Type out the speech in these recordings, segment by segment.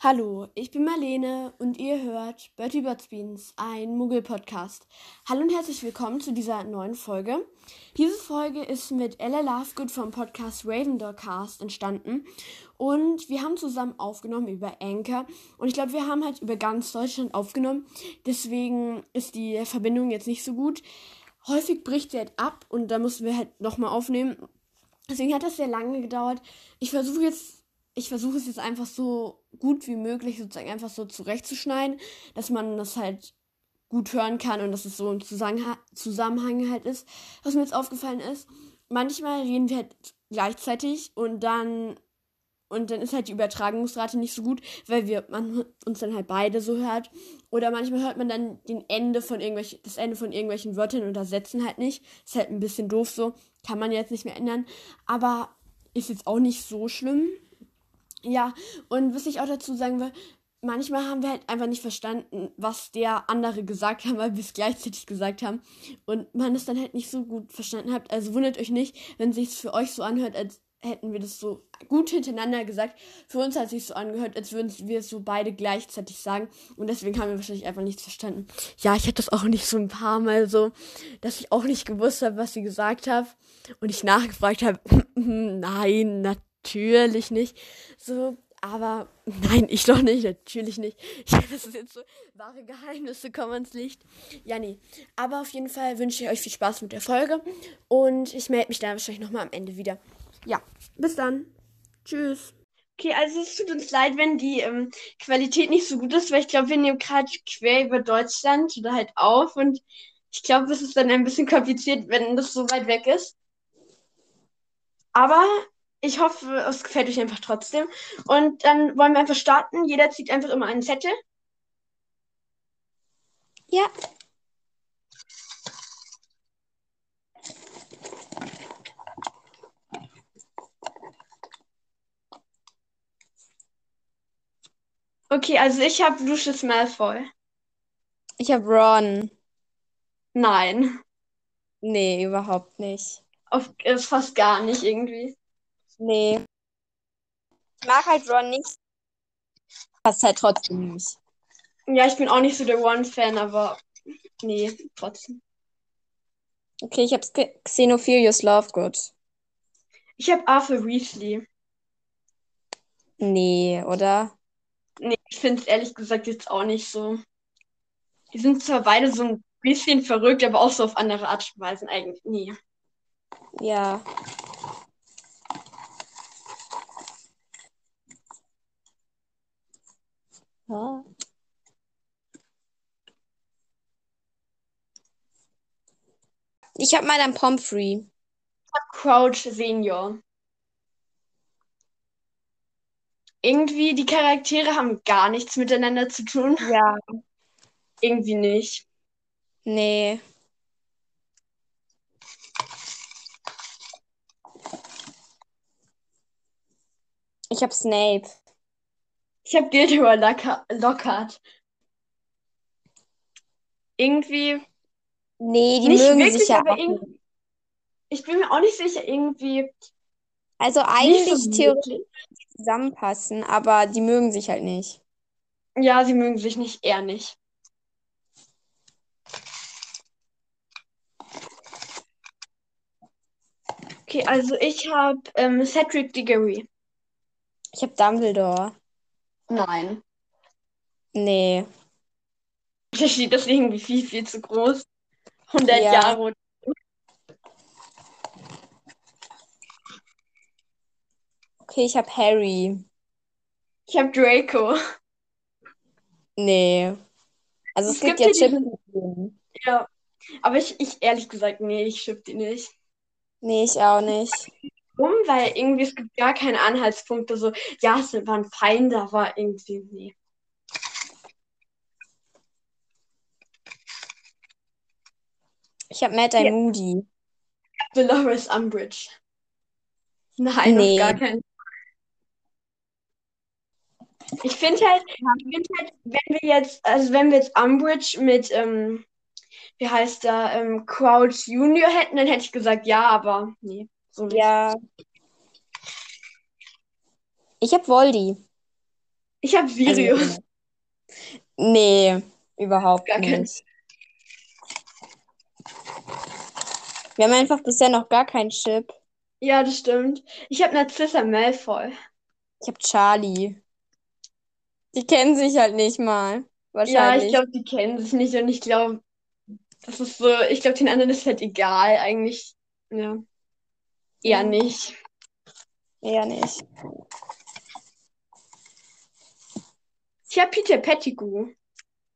Hallo, ich bin Marlene und ihr hört Bertie Bots Beans, ein Muggel-Podcast. Hallo und herzlich willkommen zu dieser neuen Folge. Diese Folge ist mit Ella Lovegood vom Podcast Ravendorcast entstanden und wir haben zusammen aufgenommen über Anchor und ich glaube, wir haben halt über ganz Deutschland aufgenommen, deswegen ist die Verbindung jetzt nicht so gut. Häufig bricht sie halt ab und da mussten wir halt nochmal aufnehmen. Deswegen hat das sehr lange gedauert. Ich versuche jetzt, ich versuche es jetzt einfach so gut wie möglich sozusagen einfach so zurechtzuschneiden, dass man das halt gut hören kann und dass es so im Zusammenha- Zusammenhang halt ist. Was mir jetzt aufgefallen ist, manchmal reden wir halt gleichzeitig und dann und dann ist halt die Übertragungsrate nicht so gut, weil wir man uns dann halt beide so hört oder manchmal hört man dann den Ende von irgendwelchen das Ende von irgendwelchen Wörtern oder Sätzen halt nicht. Ist halt ein bisschen doof so, kann man jetzt nicht mehr ändern, aber ist jetzt auch nicht so schlimm. Ja, und was ich auch dazu sagen will, manchmal haben wir halt einfach nicht verstanden, was der andere gesagt hat, weil wir es gleichzeitig gesagt haben und man es dann halt nicht so gut verstanden hat. Also wundert euch nicht, wenn sich's für euch so anhört, als hätten wir das so gut hintereinander gesagt. Für uns hat sich so angehört, als würden wir es so beide gleichzeitig sagen und deswegen haben wir wahrscheinlich einfach nichts verstanden. Ja, ich hatte das auch nicht so ein paar Mal so, dass ich auch nicht gewusst habe, was sie gesagt hat und ich nachgefragt habe. Nein, natürlich nicht. So, aber nein, ich doch nicht, natürlich nicht. Ja, das ist jetzt so, wahre Geheimnisse kommen ans Licht. Ja, nee. Aber auf jeden Fall wünsche ich euch viel Spaß mit der Folge und ich melde mich dann wahrscheinlich nochmal am Ende wieder. Ja, bis dann. Tschüss. Okay, also es tut uns leid, wenn die ähm, Qualität nicht so gut ist, weil ich glaube, wir nehmen gerade quer über Deutschland oder halt auf und ich glaube, es ist dann ein bisschen kompliziert, wenn das so weit weg ist. Aber ich hoffe, es gefällt euch einfach trotzdem. Und dann wollen wir einfach starten. Jeder zieht einfach immer einen Zettel. Ja. Okay, also ich habe Lucius Malfoy. Ich habe Ron. Nein, Nee, überhaupt nicht. auf, äh, fast gar nicht irgendwie. Nee. Ich mag halt Ron nicht. Passt halt trotzdem nicht. Ja, ich bin auch nicht so der One-Fan, aber nee, trotzdem. Okay, ich habe Xenophilius Lovegood. Ich habe Arthur Weasley. Nee, oder? Nee, ich finde es ehrlich gesagt jetzt auch nicht so. Die sind zwar beide so ein bisschen verrückt, aber auch so auf andere Art und Weise eigentlich. Nee. Ja. Ja. Ich habe Madame Pomfrey. Crouch Senior. Irgendwie, die Charaktere haben gar nichts miteinander zu tun. Ja. Irgendwie nicht. Nee. Ich habe Snape. Ich habe Gilderoy Locker Lockhart. Irgendwie Nee, die nicht mögen wirklich, sich ja aber auch nicht. irgendwie. Ich bin mir auch nicht sicher, irgendwie. Also Nicht eigentlich so theoretisch wirklich. zusammenpassen, aber die mögen sich halt nicht. Ja, sie mögen sich nicht, eher nicht. Okay, also ich habe ähm, Cedric Diggory. Ich habe Dumbledore. Nein. Nee. Der steht das irgendwie viel, viel zu groß. 100 Ja. Jahre. oder- Okay, ich habe Harry. Ich habe Draco. Also Nee. Also Es es gibt gibt ja ja Chip und Dale. Ja. Aber ich, ich ehrlich gesagt, nee, ich schipp die nicht. Nee, ich auch nicht. Warum? Weil irgendwie es gibt gar keine Anhaltspunkte. So, ja, es waren Feinde, aber irgendwie nee. Ich habe Mad Eye Ja. Moody. Dolores Umbridge. Nein, Nee. auf gar keinen Fall. Ich finde halt, ich find halt, wenn wir jetzt, also wenn wir jetzt Umbridge mit, ähm, wie heißt der, ähm, Crouch Junior hätten, dann hätte ich gesagt, ja, aber nee, so nicht. Ja. Ich habe Voldy. Ich habe Sirius. Also, nee, überhaupt Gar kein- nicht. Wir haben einfach bisher noch gar keinen Chip. ja, das stimmt. Ich habe Narcissa Malfoy. Ich habe Charlie. Die kennen sich halt nicht mal. Ja, ich Wahrscheinlich. glaube, die kennen sich nicht und ich glaube, das ist so, ich glaube, den anderen ist halt egal, eigentlich. Ja. Eher nicht. Eher nicht. Ich habe Peter Pettigrew.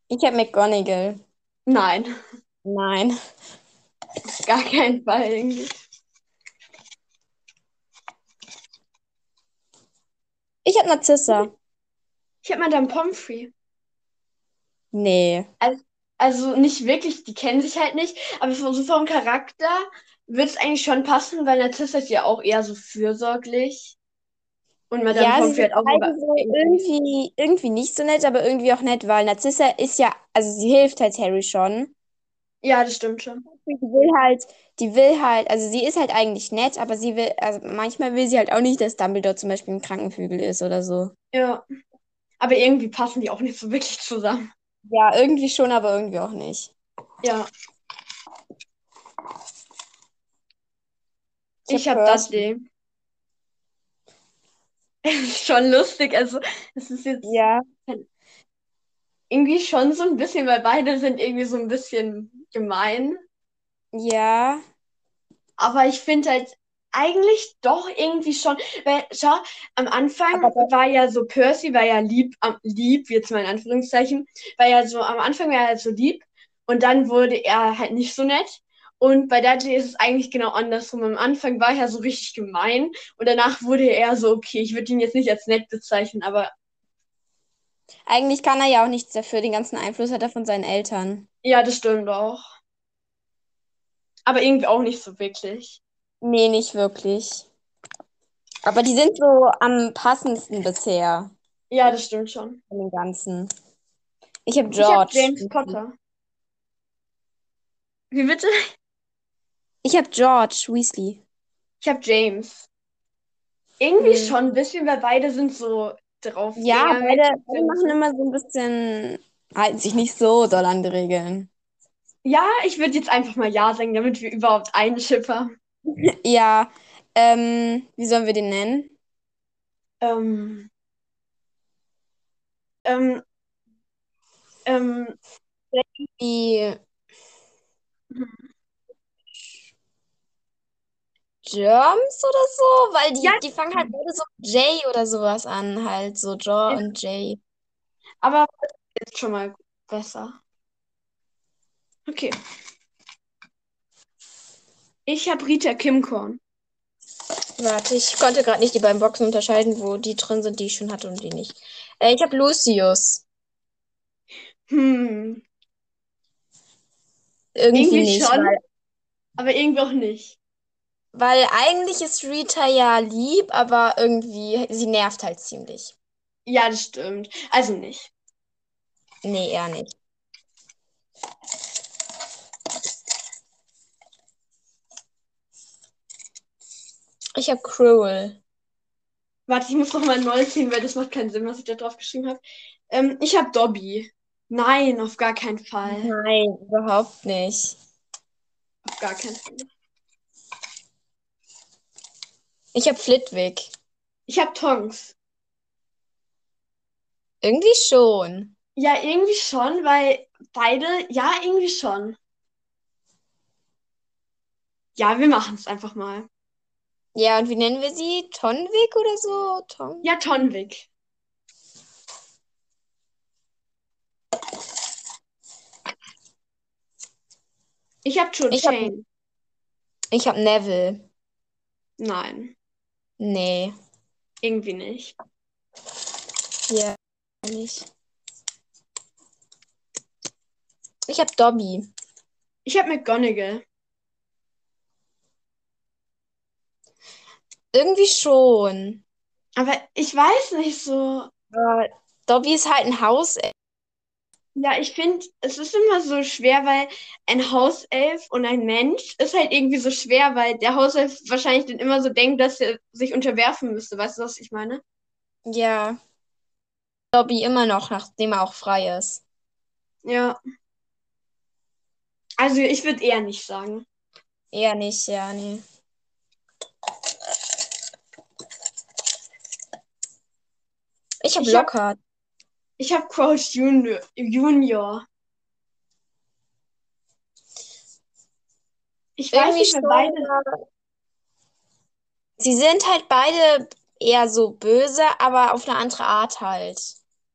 Ich habe McGonagall. Nein, Nein. auf gar keinen Fall irgendwie. Ich habe Narzissa. Ich habe Madame Pomfrey. Nee. Also nicht wirklich, die kennen sich halt nicht, aber so so vom Charakter wird es eigentlich schon passen, weil Narcissa ist ja auch eher so fürsorglich. Und Madame Ja, sie Pomfrey sind hat halt auch beide über- so irgendwie, irgendwie nicht so nett, aber irgendwie auch nett, weil Narzissa ist ja, also sie hilft halt Harry schon. Ja, das stimmt schon. Die will halt, die will halt, also sie ist halt eigentlich nett, aber sie will, also manchmal will sie halt auch nicht, dass Dumbledore zum Beispiel ein Krankenflügel ist oder so. Ja. Aber irgendwie passen die auch nicht so wirklich zusammen. Ja, irgendwie schon, aber irgendwie auch nicht. Ja. Ich Ich hab habe Percy. Dudley. Ist schon lustig, also es ist jetzt Ja. irgendwie schon so ein bisschen, weil beide sind irgendwie so ein bisschen gemein. Ja, Aber ich finde halt eigentlich doch irgendwie schon, weil schau, am Anfang Aber war ja so, Percy war ja lieb, am, lieb, jetzt mal in Anführungszeichen, war ja so, am Anfang war er halt so lieb und dann wurde er halt nicht so nett. Und bei Dudley ist es eigentlich genau andersrum. Am Anfang war er so richtig gemein und danach wurde er so, okay, ich würde ihn jetzt nicht als nett bezeichnen, aber eigentlich kann er ja auch nichts dafür, den ganzen Einfluss hat er von seinen Eltern. ja, das stimmt auch. Aber irgendwie auch nicht so wirklich. Nee, nicht wirklich. Aber die sind so am passendsten bisher Ja, das stimmt schon. von dem Ganzen. Ich habe Ich hab George. James Potter. Wie bitte? Ich habe George Weasley. Ich habe James. Irgendwie Hm. schon ein bisschen, weil beide sind so drauf. Ja, gegangen. beide, beide machen immer so ein bisschen, halten sich nicht so doll an die Regeln. Ja, ich würde jetzt einfach mal Ja sagen, damit wir überhaupt einschippern. Ja, ähm, wie sollen wir den nennen? Ähm, ähm, ähm, Wie Germs oder so? Weil die, Ja. die fangen halt beide so mit Jay oder sowas an, halt so Jaw Ja. und Jay. aber ist schon mal besser. Okay. Ich habe Rita Kimkorn. Warte, ich konnte gerade nicht die beiden Boxen unterscheiden, wo die drin sind, die ich schon hatte und die nicht. Äh, ich habe Lucius. Hm, Irgendwie Irgendwie nicht, schon. weil, aber irgendwie auch nicht. weil eigentlich ist Rita ja lieb, aber irgendwie, sie nervt halt ziemlich. Ja, das stimmt. Also nicht. Nee, eher nicht. Ich habe Cruel. Warte, ich muss noch mal neu ziehen, weil das macht keinen Sinn, was ich da drauf geschrieben habe. Ähm, ich habe Dobby. Nein, auf gar keinen Fall. Nein, überhaupt nicht. Auf gar keinen Fall. Ich habe Flitwick. Ich habe Tonks. Irgendwie schon. Ja, irgendwie schon, weil beide, ja, irgendwie schon. Ja, wir machen es einfach mal. Ja, und wie nennen wir sie? Tonwick oder so? Ton? Ja, Tonvik. Ich habe Cho Ich hab- Chang. Ich habe Neville. Nein, Nee, irgendwie nicht. ja, nicht. Ich habe Dobby. Ich habe McGonagall. Irgendwie schon. Aber ich weiß nicht so. Aber Dobby ist halt ein Haus. Ja, ich finde, es ist immer so schwer, weil ein Hauself und ein Mensch ist halt irgendwie so schwer, weil der Hauself wahrscheinlich dann immer so denkt, dass er sich unterwerfen müsste. Weißt du, was ich meine? Ja. Dobby immer noch, nachdem er auch frei ist. Ja. Also ich würde eher nicht sagen. Eher nicht, ja, nee. Ich habe Ich hab- Lockhart. Ich habe Crouch Junior. Junior. Ich weiß Irgendwie nicht, wer schon, beide. aber- Sie sind halt beide eher so böse, aber auf eine andere Art halt.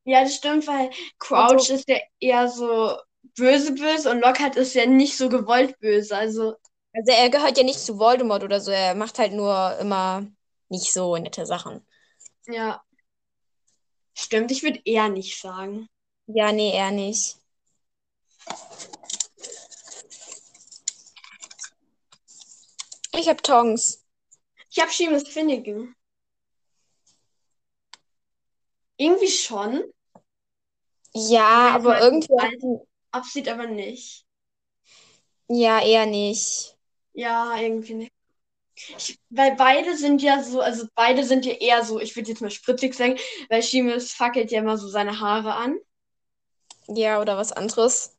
Ja, das stimmt, weil Crouch Also- ist ja eher so böse böse und Lockhart ist ja nicht so gewollt böse. Also, Also er gehört ja nicht zu Voldemort oder so, er macht halt nur immer nicht so nette Sachen. ja. Stimmt, ich würde eher nicht sagen. Ja, nee, er nicht. Ich habe Tongs. Ich habe Seamus Finnegan. Irgendwie schon, Ja, Ja, aber aber- irgendwie. absieht aber nicht. Ja, eher nicht. Ja, irgendwie nicht. Ich, weil beide sind ja so, also beide sind ja eher so, ich würde jetzt mal spritzig sagen, weil Seamus fackelt ja immer so seine Haare an. Ja, oder was anderes.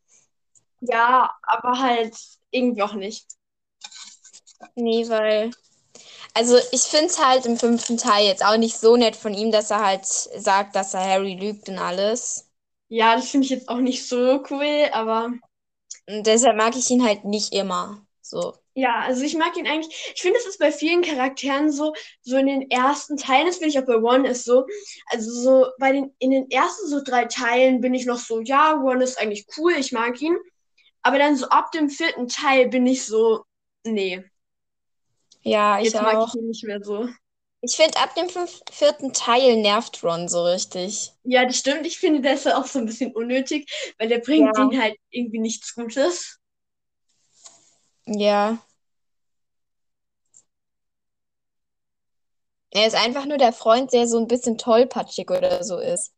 Ja, aber halt irgendwie auch nicht. Nee, weil. Also ich finde es halt im fünften Teil jetzt auch nicht so nett von ihm, dass er halt sagt, dass er Harry lügt und alles. Ja, das finde ich jetzt auch nicht so cool, aber. Und deshalb mag ich ihn halt nicht immer. So. Ja, also ich mag ihn eigentlich. Ich finde, es ist bei vielen Charakteren so, so in den ersten Teilen, das finde ich auch bei One ist so. Also so bei den, in den ersten so drei Teilen bin ich noch so, ja, One ist eigentlich cool, ich mag ihn. Aber dann so ab dem vierten Teil bin ich so, nee, Ja, ich jetzt mag auch. ich ihn nicht mehr so. Ich finde, ab dem fünf, vierten Teil nervt Ron so richtig. Ja, das stimmt. Ich finde, das ist auch so ein bisschen unnötig, weil der bringt Ja. ihnen halt irgendwie nichts Gutes. Ja. Er ist einfach nur der Freund, der so ein bisschen tollpatschig oder so ist.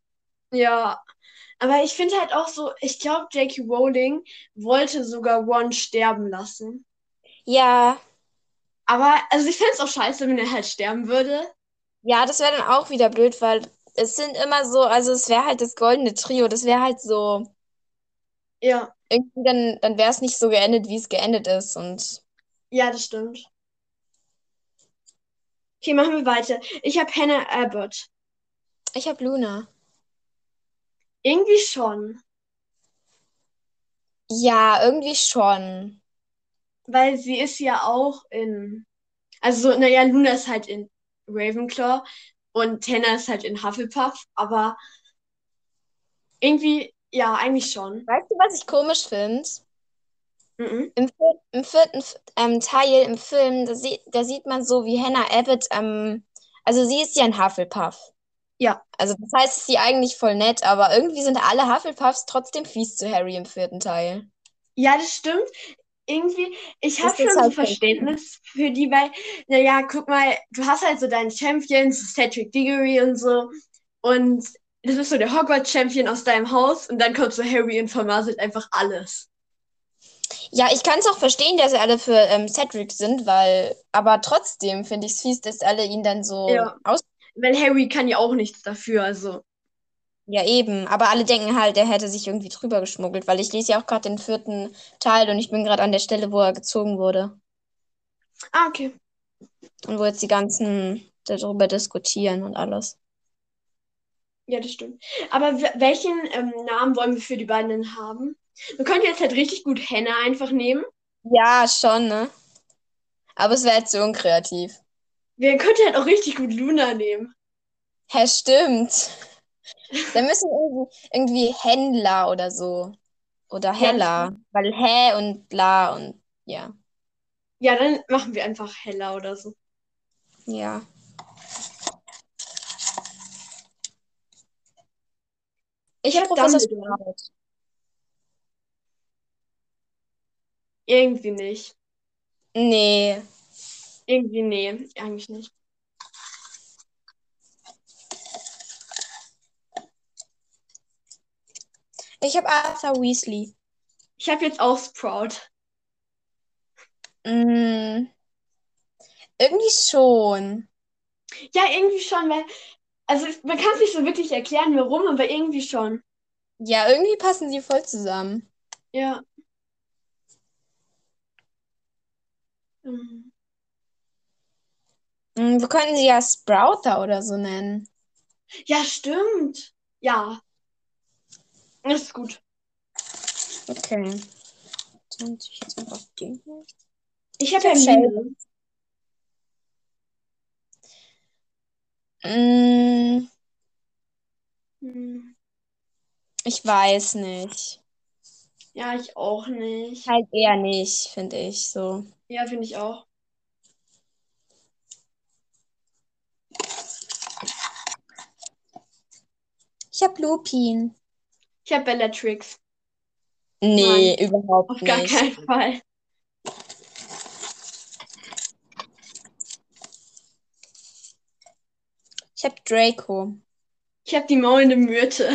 Ja. Aber ich finde halt auch so, ich glaube, J.K. Rowling wollte sogar One sterben lassen. Ja. Aber, also ich fände es auch scheiße, wenn er halt sterben würde. Ja, das wäre dann auch wieder blöd, weil es sind immer so, also es wäre halt das goldene Trio, das wäre halt so, Ja. irgendwie dann, dann wäre es nicht so geendet, wie es geendet ist. Und Ja, das stimmt. Okay, machen wir weiter. Ich habe Hannah Abbott. ich habe Luna. Irgendwie schon. Ja, irgendwie schon. Weil sie ist ja auch in. Also, naja, Luna ist halt in Ravenclaw und Hannah ist halt in Hufflepuff, aber irgendwie, ja, eigentlich schon. Weißt du, was ich komisch finde? Mhm. Im, vier- im vierten F- ähm, Teil, im Film, da, sie, da sieht man so, wie Hannah Abbott, ähm, also sie ist ja ein Hufflepuff. Ja. Also das heißt, sie ist eigentlich voll nett, aber irgendwie sind alle Hufflepuffs trotzdem fies zu Harry im vierten Teil. Ja, das stimmt. Irgendwie, ich habe Das ist schon so halt so. Verständnis für die, weil, naja, guck mal, du hast halt so deinen Champion, so Cedric Diggory und so, und das ist so der Hogwarts-Champion aus deinem Haus, und dann kommt so Harry und vermasselt einfach alles. Ja, ich kann es auch verstehen, dass sie alle für ähm, Cedric sind, weil, aber trotzdem finde ich es fies, dass alle ihn dann so Ja. aus. Weil Harry kann ja auch nichts dafür, also. Ja, eben. Aber alle denken halt, er hätte sich irgendwie drüber geschmuggelt, weil ich lese ja auch gerade den vierten Teil und ich bin gerade an der Stelle, wo er gezogen wurde Ah, okay. und wo jetzt die ganzen darüber diskutieren und alles. Ja, das stimmt. Aber w- welchen ähm, Namen wollen wir für die beiden denn haben? Wir könnten jetzt halt richtig gut Hannah einfach nehmen. Ja, schon, ne? Aber es wäre jetzt so unkreativ. Wir könnten halt auch richtig gut Luna nehmen. Hä, stimmt. Da müssen irgendwie, irgendwie Händler oder so. Oder Hella. Weil Hä und Bla und ja. Ja, dann machen wir einfach Hella oder so. Ja. Ich habe hab Professor Dumbledore. Sprout. Irgendwie nicht. Nee. Irgendwie, nee, eigentlich nicht. Ich habe Arthur Weasley. Ich habe jetzt auch Sprout. Mm. Irgendwie schon. Ja, irgendwie schon, weil Also man kann es nicht so wirklich erklären, warum, aber irgendwie schon. Ja, irgendwie passen sie voll zusammen. Ja. Ähm, Hm, Wir könnten sie ja Sprouter oder so nennen. Ja, stimmt. Ja. Das ist gut. Okay. Dann tue ich jetzt einfach den hier. Ich habe ja Mine. Mm, Hm. ich weiß nicht. Ja, ich auch nicht. Halt eher nicht, finde ich so. Ja, finde ich auch. Ich habe Lupin. Ich habe Bellatrix. Nee, überhaupt Auf gar nicht. keinen Fall. Ich habe Draco. Ich habe die maulende Myrte.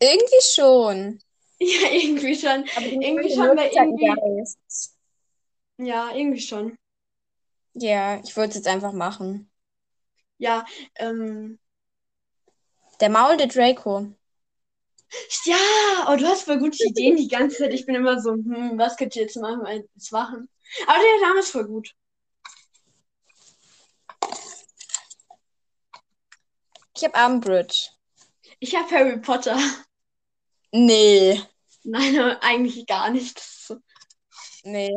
Irgendwie schon. Ja, irgendwie schon. Aber die Irgendwie Folge schon, weil nutzt ja irgendwie- egal ist. Ja, irgendwie schon. Ja, ich würde es jetzt einfach machen. Ja, ähm. Der maulende Draco. Ja, oh, du hast voll gute Ideen die ganze Zeit. Ich bin immer so, hm, was könnte ich jetzt machen? Jetzt machen. Aber der Name ist voll gut. Ich habe Umbridge. Ich habe Harry Potter. Nee. Nein, aber eigentlich gar nicht. Das ist so- Nee.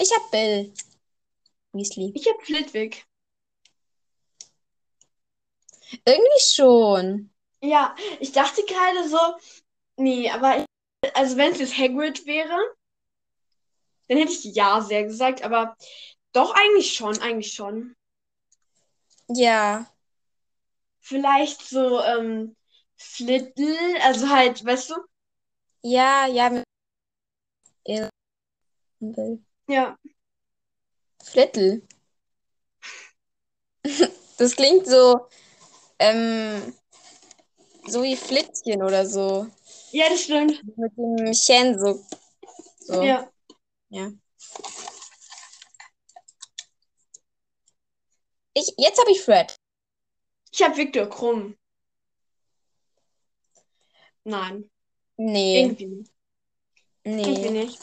Ich habe Bill. Weasley. Ich habe Flitwick. Irgendwie schon. Ja, ich dachte gerade so, nee, aber ich, also wenn es jetzt Hagrid wäre, dann hätte ich ja sehr gesagt, aber doch eigentlich schon, eigentlich schon. Ja. Vielleicht so ähm, Flittel, also halt, weißt du? Ja, ja. mit- Ja. Bill. Ja, Flittel. Das klingt so, ähm, so wie Flittchen oder so. ja, das stimmt. Mit dem Chen so. so. Ja. Ich, jetzt habe ich Fred. Ich habe Viktor Krumm. Nein, Nee, irgendwie nicht. Irgendwie nee. nicht.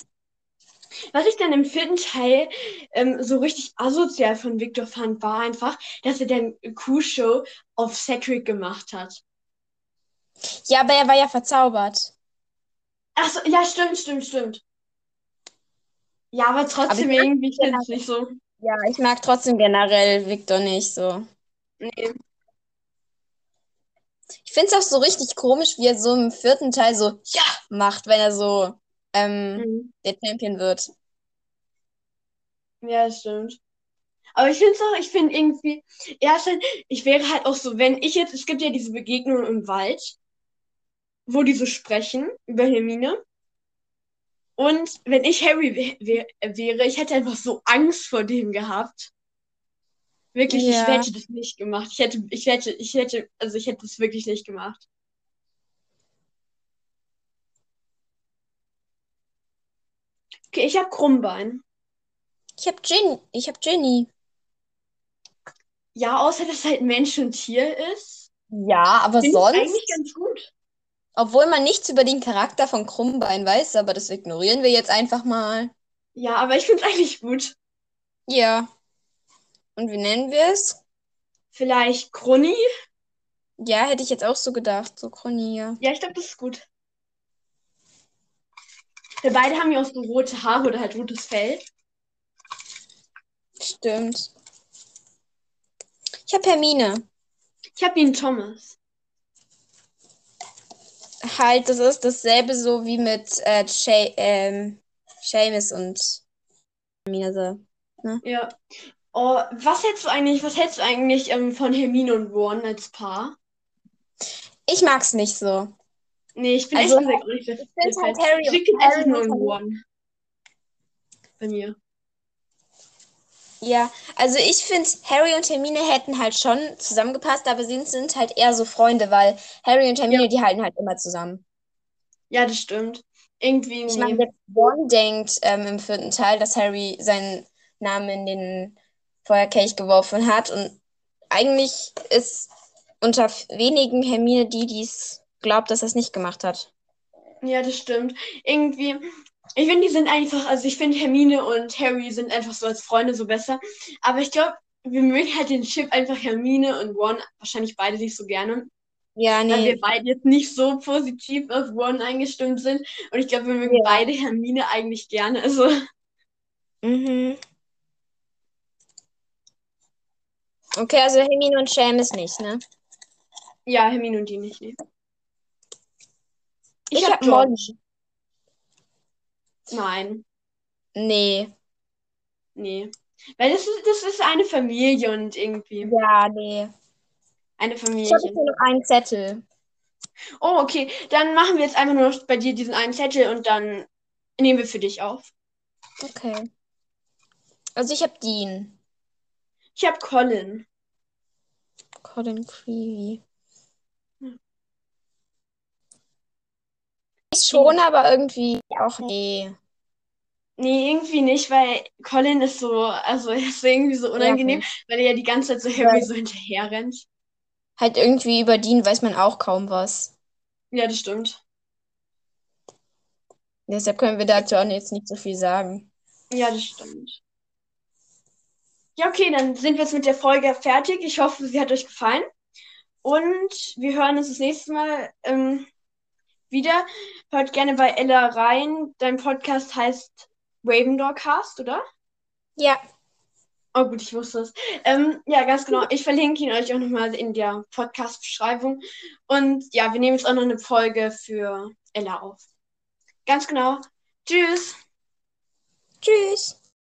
Was ich dann im vierten Teil ähm, so richtig asozial von Victor fand, war einfach, dass er dann Q-Show auf Cedric gemacht hat. Ja, aber er war ja verzaubert. Ach so, ja, stimmt, stimmt, stimmt. Ja, aber trotzdem Aber irgendwie finde ich nicht so. Ja, ich mag trotzdem generell Victor nicht so. Nee. Ich finde es auch so richtig komisch, wie er so im vierten Teil so ja macht, wenn er so ähm, Mhm. der Champion wird. Ja, stimmt. Aber ich finde es auch, ich finde irgendwie, ja, schon, ich wäre halt auch so, wenn ich jetzt, es gibt ja diese Begegnung im Wald, wo die so sprechen über Hermine. Und wenn ich Harry wär, wär, wäre, ich hätte einfach so Angst vor dem gehabt. Wirklich, Ja. ich hätte das nicht gemacht. Ich hätte, ich hätte, ich hätte, also ich hätte es wirklich nicht gemacht. Okay, ich habe Krummbein. Ich habe Ginny. Ich habe Ginny. Ja, außer dass halt Mensch und Tier ist. Ja, aber Finde ich eigentlich sonst, ganz gut. obwohl man nichts über den Charakter von Krummbein weiß, aber das ignorieren wir jetzt einfach mal. Ja, aber ich finde es eigentlich gut. Ja. Und wie nennen wir es? Vielleicht Kroni? Ja, hätte ich jetzt auch so gedacht, so Kronie. ja. Ja, ich glaube, das ist gut. Wir beide haben ja auch so rote Haare oder halt rotes Fell. Stimmt. Ich habe Hermine. Ich habe den Thomas. Halt, das ist dasselbe so wie mit äh, Sha ähm, Seamus und Hermine. So. Ja. Oh, was hältst du eigentlich, was hältst du eigentlich ähm, von Hermine und Ron als Paar? Ich mag's nicht so. Nee, ich bin Also, echt gesagt, richtig. Ich find's halt Harry und- Ich bin einfach Harry halt nur und in Ron. Bei mir. Ja, also ich finde, Harry und Hermine hätten halt schon zusammengepasst, aber sie sind halt eher so Freunde, weil Harry und Hermine, die halten halt immer zusammen. Ja, das stimmt. Irgendwie, Ich nee. meine, jetzt Ron denkt ähm, im vierten Teil, dass Harry seinen Namen in den Feuerkelch geworfen hat. Und eigentlich ist unter wenigen Hermine die, die es glaubt, dass er es nicht gemacht hat. Ja, das stimmt. Irgendwie, ich finde, die sind einfach, also ich finde Hermine und Harry sind einfach so als Freunde so besser. Aber ich glaube, wir mögen halt den Chip einfach Hermine und Ron wahrscheinlich beide nicht so gerne. Ja, Weil nee. wir beide jetzt nicht so positiv auf Ron eingestimmt sind. Und ich glaube, wir mögen Ja. beide Hermine eigentlich gerne. Also, Mhm. Okay, also Hermine und Sham ist nicht, ne? ja, Hermine und die nicht. Nee. Ich, Ich hab hab George. Molly. Nein, Nee. nee. Weil das ist, das ist eine Familie und irgendwie Ja, nee. eine Ich habe jetzt Familie. nur noch einen Zettel. Oh, okay. Dann machen wir jetzt einfach nur noch bei dir diesen einen Zettel und dann nehmen wir für dich auf. Okay. Also ich habe Dean. Ich hab Colin. Colin Creevy. Hm. Ist schon, aber irgendwie auch nee. Nee, irgendwie nicht, weil Colin ist so, also er ist irgendwie so unangenehm, weil er ja die ganze Zeit so Harry so hinterher rennt. Halt irgendwie über Dean weiß man auch kaum was. Ja, das stimmt. Deshalb können wir dazu auch jetzt nicht so viel sagen. Ja, das stimmt. Ja, okay, dann sind wir jetzt mit der Folge fertig. Ich hoffe, sie hat euch gefallen. Und wir hören uns das nächste Mal ähm, wieder. Hört gerne bei Ella rein. Dein Podcast heißt Ravendoor Cast, oder? Ja, Oh gut, ich wusste es. Ähm, ja, ganz genau. Ich verlinke ihn euch auch nochmal in der Podcast-Beschreibung. Und ja, wir nehmen jetzt auch noch eine Folge für Ella auf. Ganz genau. Tschüss. tschüss.